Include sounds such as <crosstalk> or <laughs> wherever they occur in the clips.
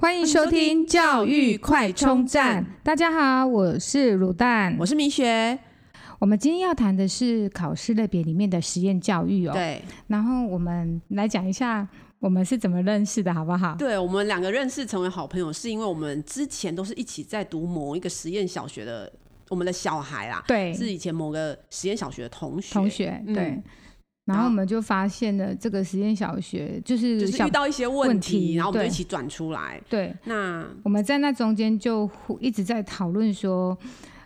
欢迎收听教育快充站。大家好，我是卤蛋。我是明学，我们今天要谈的是考试类别里面的实验教育哦。对然后我们来讲一下我们是怎么认识的，好不好？对，我们两个认识成为好朋友，是因为我们之前都是一起在读某一个实验小学的，我们的小孩啦，对，是以前某个实验小学的同学，同学嗯对。然后我们就发现了这个实验小学就是就是小遇到一些问问题然后我们对就一起转出来。对，那我们在那中间就互一直在讨论说，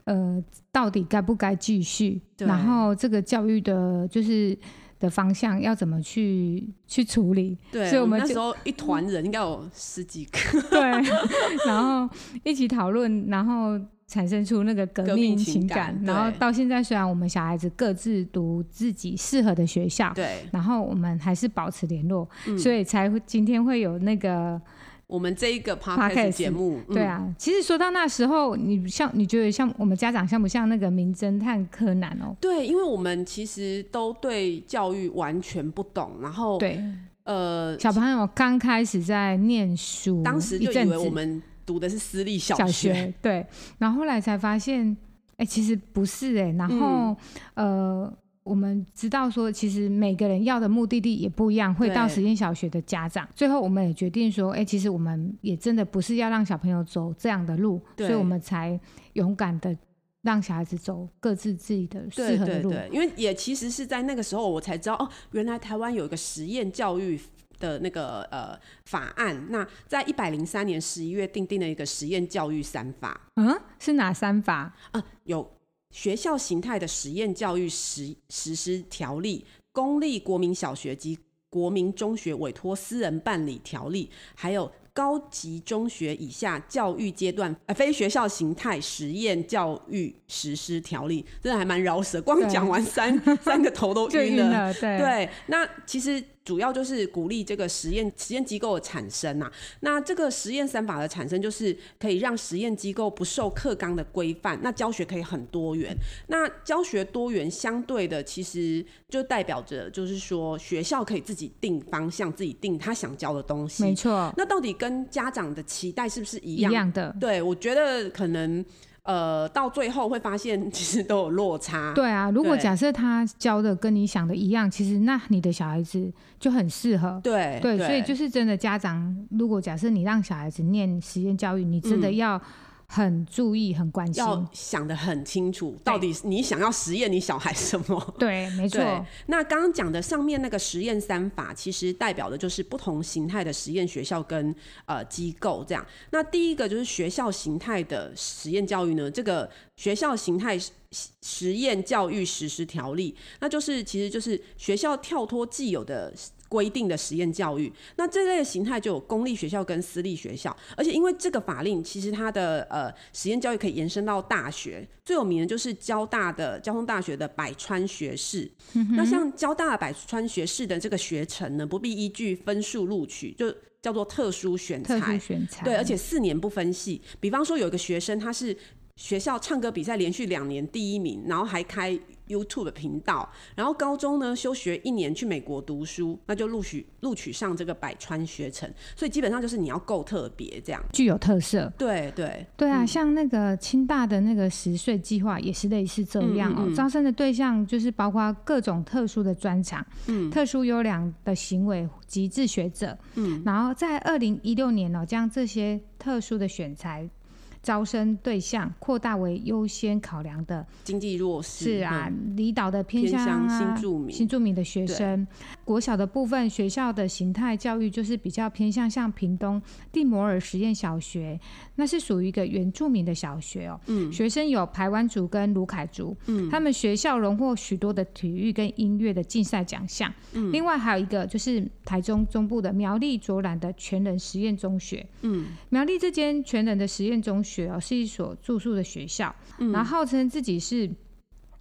呃，到底该不该继续？对然后这个教育的，就是的方向要怎么去去处理？对，所以我们那就时候一团人应该有十几个，对， <laughs> 然后一起讨论，然后产生出那个革革命命情情感对然后到现在，虽然我们小孩子各自读自己适合的学校，对然后我们还是保持联络，嗯所以才会今天会有那个我们这一个 Podcast， podcast 节目，嗯对，啊，其实说到那时候，你像你觉得像我们家长像不像那个名侦探柯南哦？对，因为我们其实都对教育完全不懂，然后对，呃，小朋友刚开始在念书，当时嗯一就以阵为子我们读的是私立小 <laughs> 对，然后后来才发现，哎、其实不是哎、然嗯后、呃。我们知道说，其实每个人要的目的地也不一样，会到对实验小学的家长。最后，我们也决定说，哎、其实我们也真的不是要让小朋友走这样的路，所以对我们才勇敢的让小孩子走各自自己的适对合的对路。对，因为也其实是在那个时候我才知道哦，原来台湾有一个实验教育。的那个呃法案，那在一百零三年十一月订定了一个实验教育三法嗯，是哪三法？啊，有学校形态的实验教育实实施条例、公立国民小学及国民中学委托私人办理条例，还有高级中学以下教育阶段呃非学校形态实验教育实施条例，真的还蛮饶舌，光对讲完三三个头都就晕晕了。了，对对，那其实主要就是鼓励这个实验实验机构的产生呐、啊那这个实验三法的产生，就是可以让实验机构不受课纲的规范，那教学可以很多元。那教学多元相对的，其实就代表着就是说学校可以自己定方向，自己定他想教的东没西。错，那到底跟家长的期待是不是一一样？样的。对，我觉得可能呃，到最后会发现其实都有落差。对啊，如果对假设他教的跟你想的一样，其实那你的小孩子就很适合。对对，所以就是真的，家长如果假设你让小孩子念实验教育，你真的嗯要很注意、很关心。要想得很清楚，到底你想要实验你小孩什么？对，没错，对，那刚刚讲的上面那个实验三法，其实代表的就是不同形态的实验学校跟呃机构这样。那第一个就是学校形态的实验教育呢，这个学校形态实实验教育实施条例，那就是其实就是学校跳脱既有的。规定的实验教育，那这类的形态就有公立学校跟私立学校，而且因为这个法令，其实它的呃实验教育可以延伸到大学，最有名的就是交大的交通大学的百川学士。嗯那像交大的百川学士的这个学程呢，不必依据分数录取，就叫做特殊选特殊材。选材。对，而且四年不分系。比方说有一个学生，他是学校唱歌比赛连续两年第一名，然后还开 YouTube 的频道，然后高中呢休学一年去美国读书，那就录取录取上这个百川学程。所以基本上就是你要够特别这样。具有特色，对对对啊，嗯像那个清大的那个十岁计划也是类似这样哦，嗯嗯嗯招生的对象就是包括各种特殊的专长、嗯特殊优良的行为及自学者，嗯，然后在二零一六年哦，将这些特殊的选材招生对象扩大为优先考量的经济弱势是啊嗯，离岛的偏偏乡乡啊新。住民。新住民的学生，国小的部分学校的形态教育就是比较偏向像屏东蒂摩尔实验小学，那是属于一个原住民的小学哦。嗯学生有排湾族跟卢凯族，嗯他们学校荣获许多的体育跟音乐的竞赛奖项。嗯另外还有一个就是台中中部的苗栗卓兰的全人实验中学。嗯苗栗这间全人的实验中学哦，是一所住宿的学校，嗯然后号称自己是。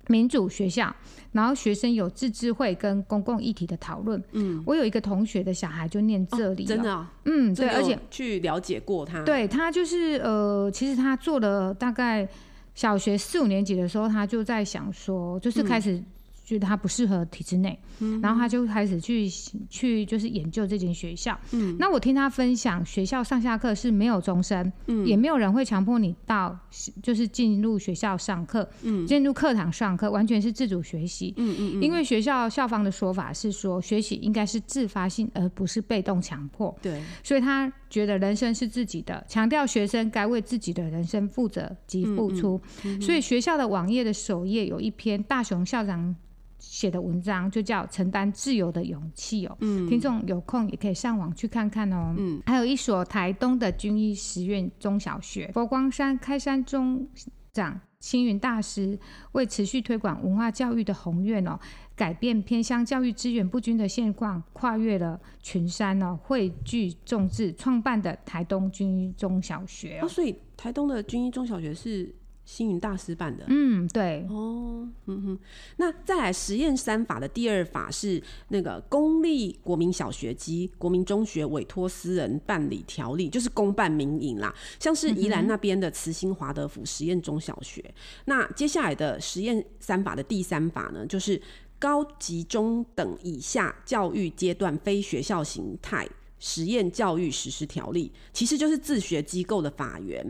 民主学校，然后学生有自治会跟公共议题的讨论。嗯，我有一个同学的小孩就念这里、真的、，啊，嗯，这对，没而有且去了解过他。对他就是呃，其实他做了大概小学四五年级的时候，他就在想说，就是开始觉得它不适合体制内，然后他就开始去去就是研究这间学校。那我听他分享，学校上下课是没有钟声，也没有人会强迫你到就是进入学校上课，进入课堂上课，完全是自主学习。因为学校校方的说法是说，学习应该是自发性，而不是被动强迫。对，所以他觉得人生是自己的，强调学生该为自己的人生负责及付出。所以学校的网页的首页有一篇大雄校长写的文章，就叫《承担自由的勇气》哦。嗯听众有空也可以上网去看看哦。还有一所台东的军医实验中小学，佛光山开山中长。星云大师为持续推广文化教育的宏愿哦，改变偏乡教育资源不均的现况，跨越了群山哦，汇聚众志创办的台东军医中小学啊，哦。所以台东的军医中小学是星云大师办的。嗯，对，哦，嗯哼，那再来实验三法的第二法是那个公立国民小学及国民中学委托私人办理条例，就是公办民营啦。像是宜兰那边的慈心华德福实验中小学，那接下来的实验三法的第三法呢，就是高级中等以下教育阶段非学校形态。实验教育实施条例其实就是自学机构的法源，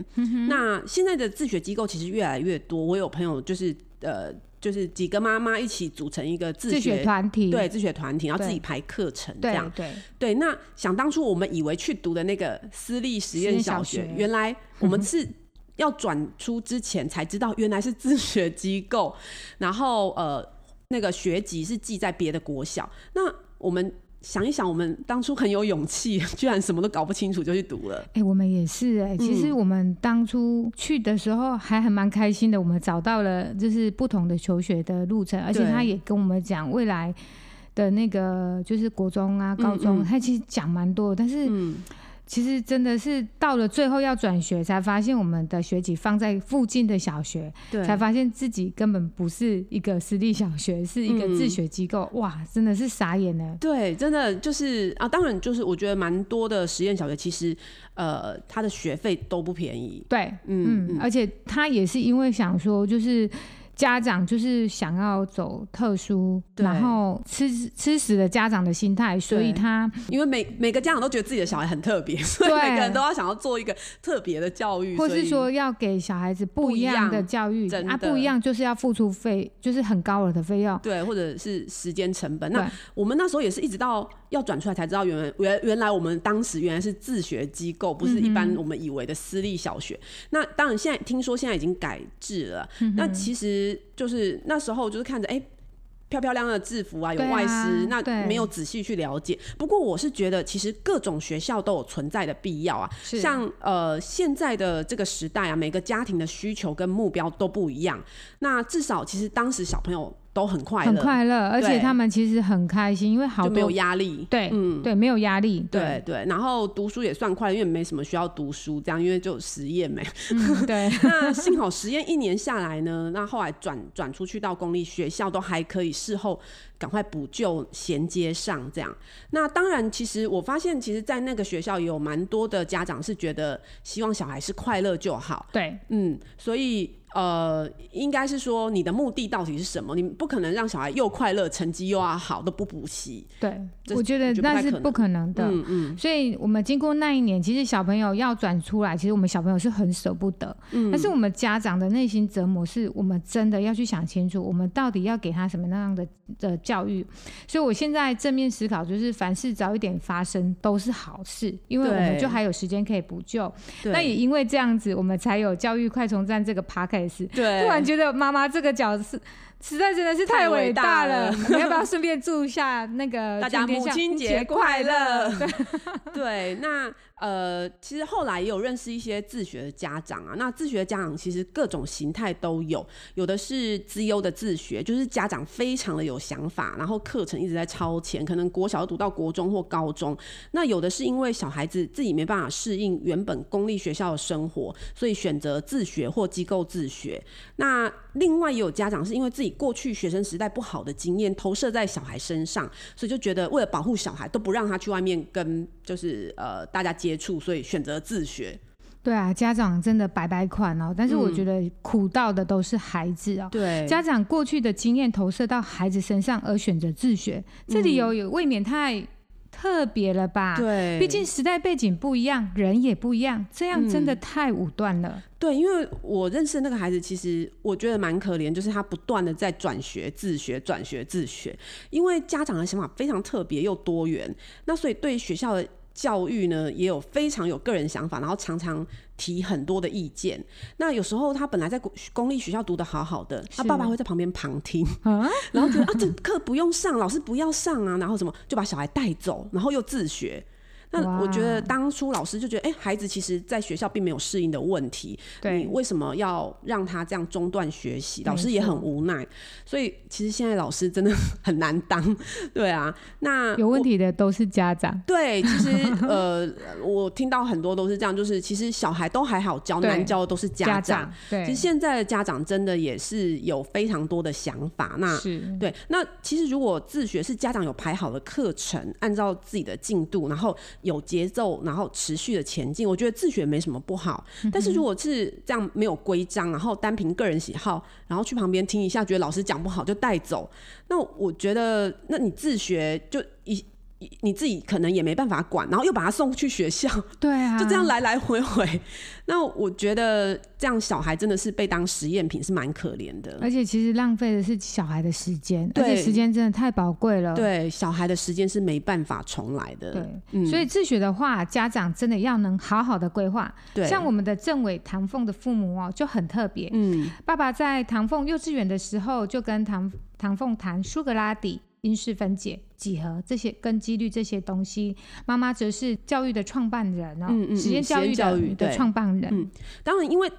那现在的自学机构其实越来越多，我有朋友就是呃，就是几个妈妈一起组成一个自自学团体，对自学团体，然后对自己排课程这对样。对，对，那想当初我们以为去读的那个私立实验小实学，验小学原来我 <laughs> 们是要转出之前才知道，原来是自学机构，然后呃，那个学籍是记在别的国小。那我们想一想，我们当初很有勇气， <laughs> 居然什么都搞不清楚就去读了。哎、我们也是哎、其嗯实我们当初去的时候还还蛮开心的，我们找到了就是不同的求学的路程，而且对他也跟我们讲未来的那个就是国中啊、高中，嗯他其实讲蛮多，但是嗯，其实真的是到了最后要转学，才发现我们的学籍放在附近的小学，对才发现自己根本不是一个私立小学，是一个嗯自学机构，哇，真的是傻眼了。对，真的就是啊，当然就是我觉得蛮多的实验小学，其实呃，它的学费都不便宜。对，嗯嗯，嗯而且他也是因为想说，就是家长就是想要走特殊，对然后吃吃死了家长的心态，所以他因为每每个家长都觉得自己的小孩很特别，所以每个人都要想要做一个特别的教育，或所是以说要给小孩子不一样的教育不一样真，的啊，不一样就是要付出费，就是很高额的费用。对，或者是时间成本。那对我们那时候也是一直到要转出来才知道原，来原原来我们当时原来是自学机构，嗯不是一般我们以为的私立小学。那当然，现在听说现在已经改制了。嗯那其实就是那时候就是看着哎。漂漂亮亮的制服啊，有对啊外师，那对没有仔细去了解。不过我是觉得，其实各种学校都有存在的必要啊。是像呃现在的这个时代啊，每个家庭的需求跟目标都不一样。那至少其实当时小朋友都很快乐，很快乐，而且对他们其实很开心，因为好就没有多压力。嗯对，对，没有压力，对对，然后读书也算快乐，因为没什么需要读书，这样因为就实验没。 <laughs> 嗯对，那幸好实验一年下来呢，那后来转转出去到公立学校都还可以，事后赶快补救衔接上这样。那当然，其实我发现，其实，在那个学校也有蛮多的家长是觉得希望小孩是快乐就好，对，嗯，所以呃，应该是说你的目的到底是什么？你不可能让小孩又快乐，成绩又要好，都不补习。对， <laughs> 这我觉得我觉得那不太是可不可能的。嗯嗯，所以我们经过那一年，其实小朋友要转出来，其实我们小朋友是很舍不得。嗯但是我们家长的内心折磨，是我们真的要去想清楚，我们到底要给他什么那样的的教育。所以我现在正面思考，就是凡事早一点发生都是好事，因为我们对就还有时间可以补救。对那也因为这样子，我们才有教育快充站这个 podcast。对，突然觉得妈妈这个角色实在真的是太伟大了，我们要不要顺便祝一下那个大家春天母下亲节快乐？对，那呃，其实后来也有认识一些自学的家长啊。那自学的家长其实各种形态都有，有的是资优的自学，就是家长非常的有想法，然后课程一直在超前，可能国小读到国中或高中。那有的是因为小孩子自己没办法适应原本公立学校的生活，所以选择自学或机构自学。那另外也有家长是因为自己过去学生时代不好的经验投射在小孩身上，所以就觉得为了保护小孩都不让他去外面跟就是呃大家接触，所以选择自学。对啊，家长真的百百款哦，但是我觉得苦到的都是孩子哦。嗯对，家长过去的经验投射到孩子身上，而选择自学，这理由也未免太特别了吧？嗯对，毕竟时代背景不一样，人也不一样，这样真的太武断了。对，因为我认识的那个孩子，其实我觉得蛮可怜，就是他不断的在转学、自学、转学、自学，因为家长的想法非常特别又多元，那所以对学校的教育呢，也有非常有个人想法，然后常常提很多的意见。那有时候他本来在公公立学校读的好好的，他是爸爸会在旁边旁听，啊，然后觉得啊，这课不用上，老师不要上啊，然后什么就把小孩带走，然后又自学。那哇我觉得当初老师就觉得，哎、孩子其实在学校并没有适应的问题，你对，为什么要让他这样中断学习？老师没也很错无奈，所以其实现在老师真的很难当， <laughs> 对啊。那有问我。题的都是家长。对，其实呃， <laughs> 我听到很多都是这样，就是其实小孩都还好教，对难教的都是家家长。其实对，现在的家长真的也是有非常多的想法，那是对，那其实如果自学是家长有排好的课程，按照自己的进度，然后有节奏，然后持续的前进，我觉得自学没什么不好。但是如果是这样没有规章，然后单凭个人喜好，然后去旁边听一下，觉得老师讲不好就带走，那我觉得，那你自学就一。一你自己可能也没办法管，然后又把他送去学校，对啊，就这样来来回回。 <laughs> 那我觉得这样小孩真的是被当实验品，是蛮可怜的。而且其实浪费的是小孩的时间，而且对时间真的太宝贵了。对，小孩的时间是没办法重来的。对嗯所以自学的话，家长真的要能好好的规划。对，像我们的政委唐凤的父母哦，就很特别。嗯，爸爸在唐凤幼稚园的时候，就跟唐唐凤谈苏格拉底、因式分解、几何这些跟几率这些东西。妈妈则是教育的创办人哦，嗯嗯嗯实验教育实验教的育对的创办人。嗯当然，因为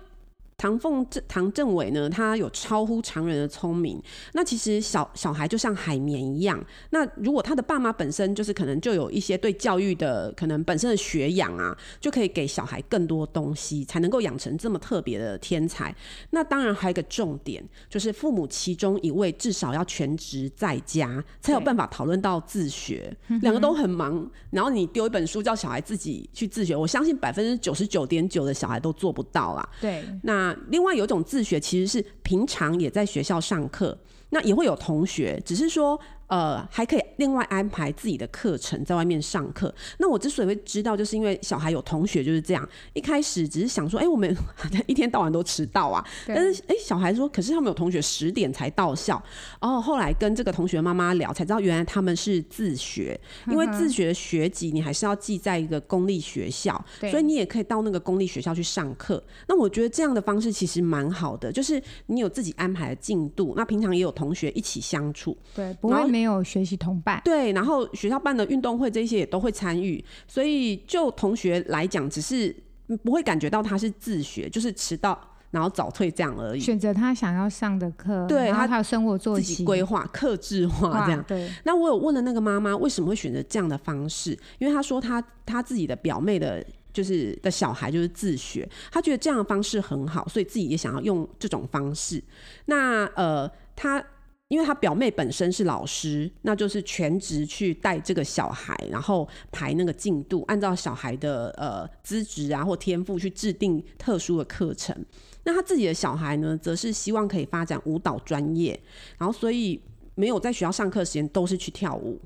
唐凤这唐政委呢，他有超乎常人的聪明。那其实小小孩就像海绵一样，那如果他的爸妈本身就是可能就有一些对教育的可能本身的学养啊，就可以给小孩更多东西，才能够养成这么特别的天才。那当然还有一个重点，就是父母其中一位至少要全职在家，才有对办法讨论到自学。两个都很忙，然后你丢一本书叫小孩自己去自学，我相信百分之九十九点九的小孩都做不到啦。对，那另外有一种自学，其实是平常也在学校上课，那也会有同学，只是说呃还可以另外安排自己的课程在外面上课。那我之所以会知道，就是因为小孩有同学就是这样，一开始只是想说，哎、我们 <laughs> 一天到晚都迟到啊，对但是哎、小孩说，可是他们有同学十点才到校，哦，后来跟这个同学妈妈聊，才知道原来他们是自学，嗯因为自学的学籍你还是要记在一个公立学校，对所以你也可以到那个公立学校去上课。那我觉得这样的方式其实蛮好的，就是你有自己安排的进度，那平常也有同学一起相处，对，不然会后没有学习同伴。对，然后学校办的运动会这些也都会参与，所以就同学来讲，只是不会感觉到他是自学，就是迟到然后早退这样而已。选择他想要上的课，对然他后还有生活作自息己规划、克制化这样，对，那我有问了那个妈妈为什么会选择这样的方式，因为她说她她自己的表妹的。就是的小孩就是自学，她觉得这样的方式很好，所以自己也想要用这种方式。那呃，她因为她表妹本身是老师，那就是全职去带这个小孩，然后排那个进度，按照小孩的呃资质啊或天赋去制定特殊的课程。那她自己的小孩呢，则是希望可以发展舞蹈专业，然后所以没有在学校上课的时间都是去跳舞。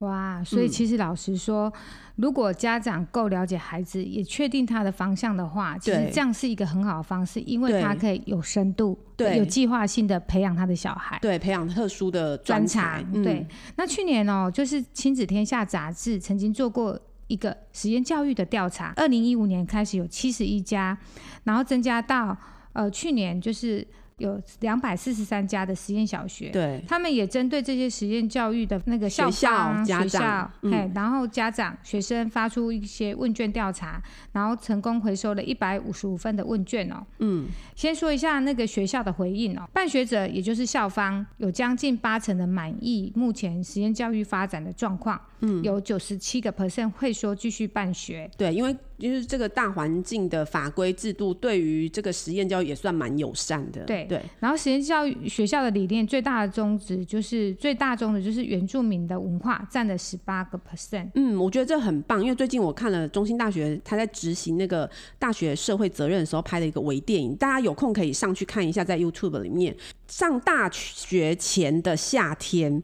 哇，所嗯以其实老实说，如果家长够了解孩子，也确定他的方向的话，其实对这样是一个很好的方式，因为对他可以有深度、对有计划性的培养他的小孩。对，培养特殊的专长长。。嗯对，，那去年哦、就是《亲子天下》杂志曾经做过一个实验教育的调查，二零一五年开始有七十一家，然后增加到呃去年就是有两百四十三家的实验小学。对，他们也针对这些实验教育的那个学校校方、家学长校，嗯嘿，然后家长、学生发出一些问卷调查，然后成功回收了一百五十五份的问卷哦。嗯，先说一下那个学校的回应哦，办学者也就是校方有将近八成的满意目前实验教育发展的状况，嗯，有九十七个 percent 会说继续办学。对，因为就是这个大环境的法规制度对于这个实验教育也算蛮友善的。对对，然后实验教育学校的理念最大的宗旨就是最大宗旨就是原住民的文化占了十八个 percent。嗯，我觉得这很棒，因为最近我看了中兴大学他在执行那个大学社会责任的时候拍的一个微电影，大家有空可以上去看一下，在 YouTube 里面。上大学前的夏天，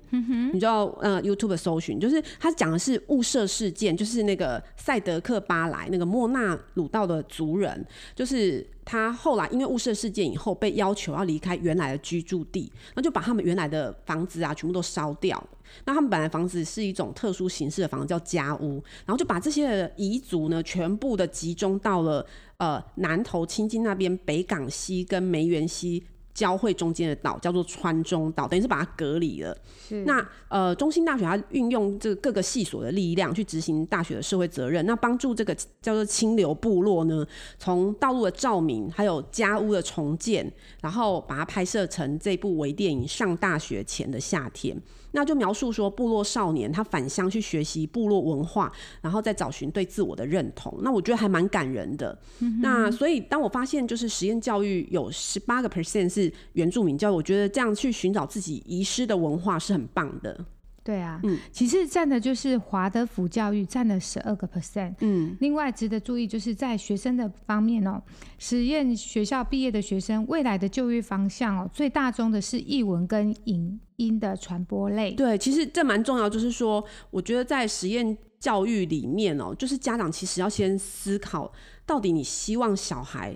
你知道，呃，YouTube 搜寻，就是他讲的是雾社事件，就是那个赛德克巴莱那个莫纳鲁道的族人，就是他后来因为雾社事件以后被要求要离开原来的居住地，那就把他们原来的房子啊全部都烧掉。那他们本来房子是一种特殊形式的房子，叫家屋，然后就把这些彝族呢全部的集中到了呃南投清境那边北港西跟梅园西交汇中间的岛叫做川中岛，等于是把它隔离了。是那呃，中兴大学它运用这个各个系所的力量去执行大学的社会责任，那帮助这个叫做清流部落呢，从道路的照明，还有家屋的重建，然后把它拍摄成这部微电影《上大学前的夏天》。那就描述说，部落少年他返乡去学习部落文化，然后再找寻对自我的认同。那我觉得还蛮感人的。那所以当我发现就是实验教育有十八个 percent 是原住民教育，我觉得这样去寻找自己遗失的文化是很棒的。对啊，嗯其次占的就是华德福教育占了十二个 percent。嗯，另外值得注意就是在学生的方面哦，实验学校毕业的学生未来的就业方向哦，最大宗的是译文跟影音的传播类。对，其实这蛮重要，就是说，我觉得在实验教育里面哦、就是家长其实要先思考，到底你希望小孩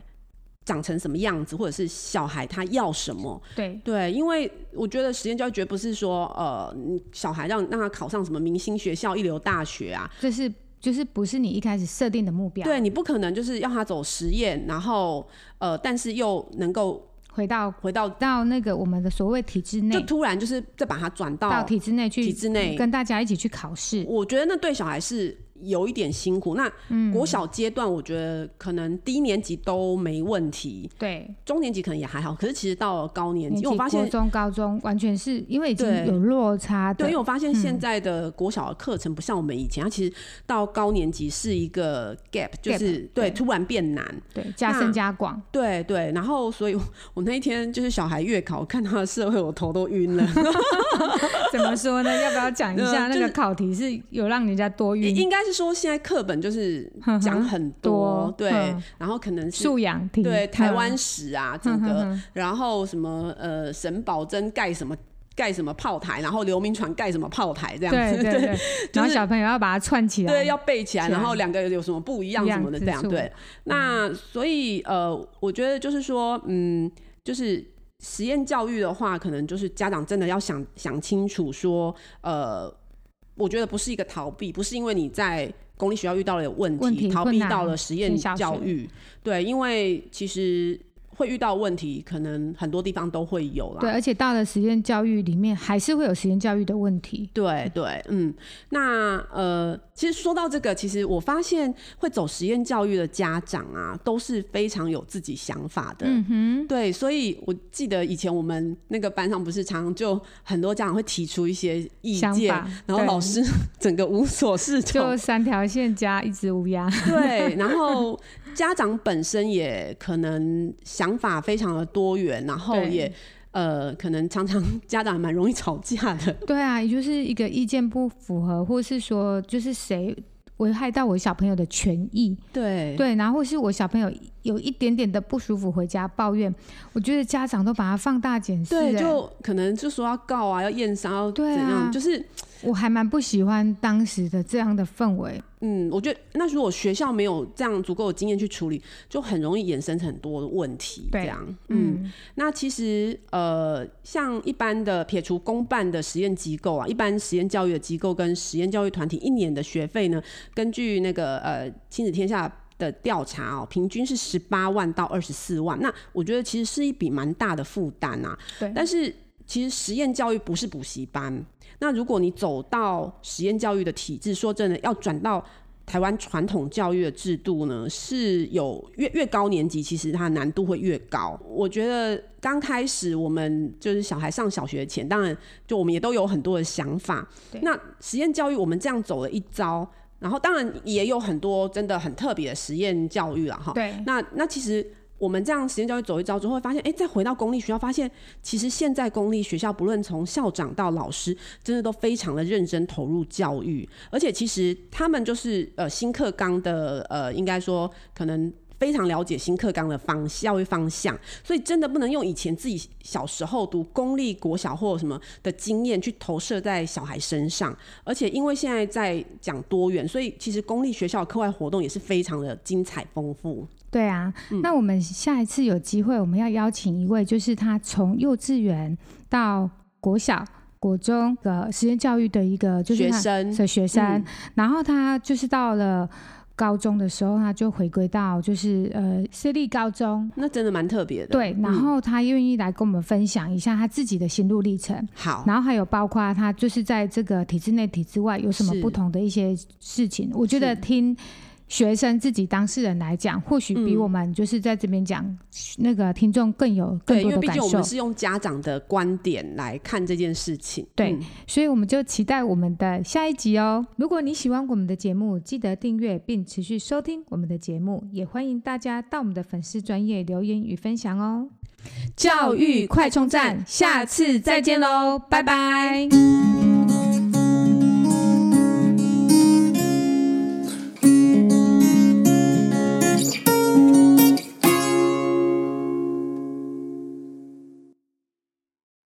长成什么样子，或者是小孩他要什么。对对，因为我觉得实验教育绝不是说，呃，你小孩让让他考上什么明星学校、一流大学啊，这是就是不是你一开始设定的目标？，对你不可能就是要他走实验，然后呃，但是又能够回到回到，到那个我们的所谓体制就内，突然就是再把他转到到体制内体去制内，跟大家一起去考试。我觉得那对小孩是有一点辛苦。那嗯国小阶段，我觉得可能低年级都没问题，对，中年级可能也还好。可是其实到了高年级，年因纪为我发国现。中、高中完全是因为已经对有落差对，的嗯因为。我发现现在的国小的课程不像我们以前，它其实到高年级是一个 gap，就是对对突然变难，对，加深加广，对对。然后，所以我我那一天就是小孩月考，看他的社会，我头都晕了。 <laughs> 怎么说呢？要不要讲一下呃就那是个考题嗯是有让人家多应 <laughs> 晕应该是说现在课本就是 <laughs> 哼讲很多多，对嗯，然后可能是素养题？对嗯台湾史啊，整 <laughs> 哼个哼然后什么呃沈葆桢盖什么盖什么炮台，然后刘铭传盖什么炮台这样对子，<laughs> <laughs> 对对，然后是小朋友要把它串起来，对，要背起来，起来然后两个有什么不一样一什样嗯么的之这样处对。那所以呃，我觉得就是说，嗯，就是实验教育的话，可能就是家长真的要想想清楚说，呃，我觉得不是一个逃避，不是因为你在。公立学校遇到了有问问题，题逃困避难到了实验学校教学育，对，因为其实会遇到问题，可能很多地方都会有啦。对，而且到了实验教育里面，还是会有实验教育的问题。对对，嗯，那呃，其实说到这个，其实我发现会走实验教育的家长啊，都是非常有自己想法的。嗯 <laughs> 哼，对，所以我记得以前我们那个班上不是常常就很多家长会提出一些意想见法，然后对老师 <laughs> 整个无所适从就。三条线加一只乌鸦，对，然后家长本身也可能想法非常的多元，然后对也呃，可能常 <laughs> 常家长蛮容易吵架的。 <laughs> 对啊，也就是一个意见不符合，或是说就是谁危害到我小朋友的权益，对对，然后或是我小朋友有一点点的不舒服回家抱怨，我觉得家长都把它放大检视、对，欸就可能就说要告啊，要验伤，要怎对啊样？就是我还蛮不喜欢当时的这样的氛围，嗯，我觉得那如果学校没有这样足够的经验去处理，就很容易衍生很多的问题。这对样，嗯，嗯，那其实呃，像一般的撇除公办的实验机构啊，一般实验教育的机构跟实验教育团体一年的学费呢，根据那个呃亲子天下。的调查哦，平均是十八万到二十四万，那我觉得其实是一笔蛮大的负担啊。对，但是其实实验教育不是补习班，那如果你走到实验教育的体制，说真的，要转到台湾传统教育的制度呢，是有越越高年级，其实它难度会越高。我觉得刚开始我们就是小孩上小学前，当然就我们也都有很多的想法对。那实验教育我们这样走了一遭，然后当然也有很多真的很特别的实验教育了哈。对，那那其实我们这样实验教育走一遭之后，会发现，哎、再回到公立学校，发现其实现在公立学校不论从校长到老师，真的都非常的认真投入教育，而且其实他们就是呃新课纲的呃，应该说可能。非常了解新课纲的方教育方向，所以真的不能用以前自己小时候读公立国小或什么的经验去投射在小孩身上。而且因为现在在讲多元，所以其实公立学校的课外活动也是非常的精彩丰富。对啊，嗯那我们下一次有机会，我们要邀请一位，就是他从幼稚园到国小、国中的实验教育的一个就是学他生的学生，嗯然后他就是到了高中的时候，他就回归到就是呃私立高中。那真的蛮特别的。对，然嗯后他愿意来跟我们分享一下他自己的心路历程，好，然后还有包括他就是在这个体制内、体制外有什么是不同的一些事情。我觉得是听学生自己当事人来讲，或许比嗯我们就是在这边讲、那个听众更有更对，多因为的毕感竟我受们。是用家长的观点来看这件事情。对嗯所以我们就期待我们的下一集哦。如果你喜欢我们的节目，记得订阅并持续收听我们的节目，也欢迎大家到我们的粉丝专业留言与分享哦。教育快充站，下次再见喽，拜拜。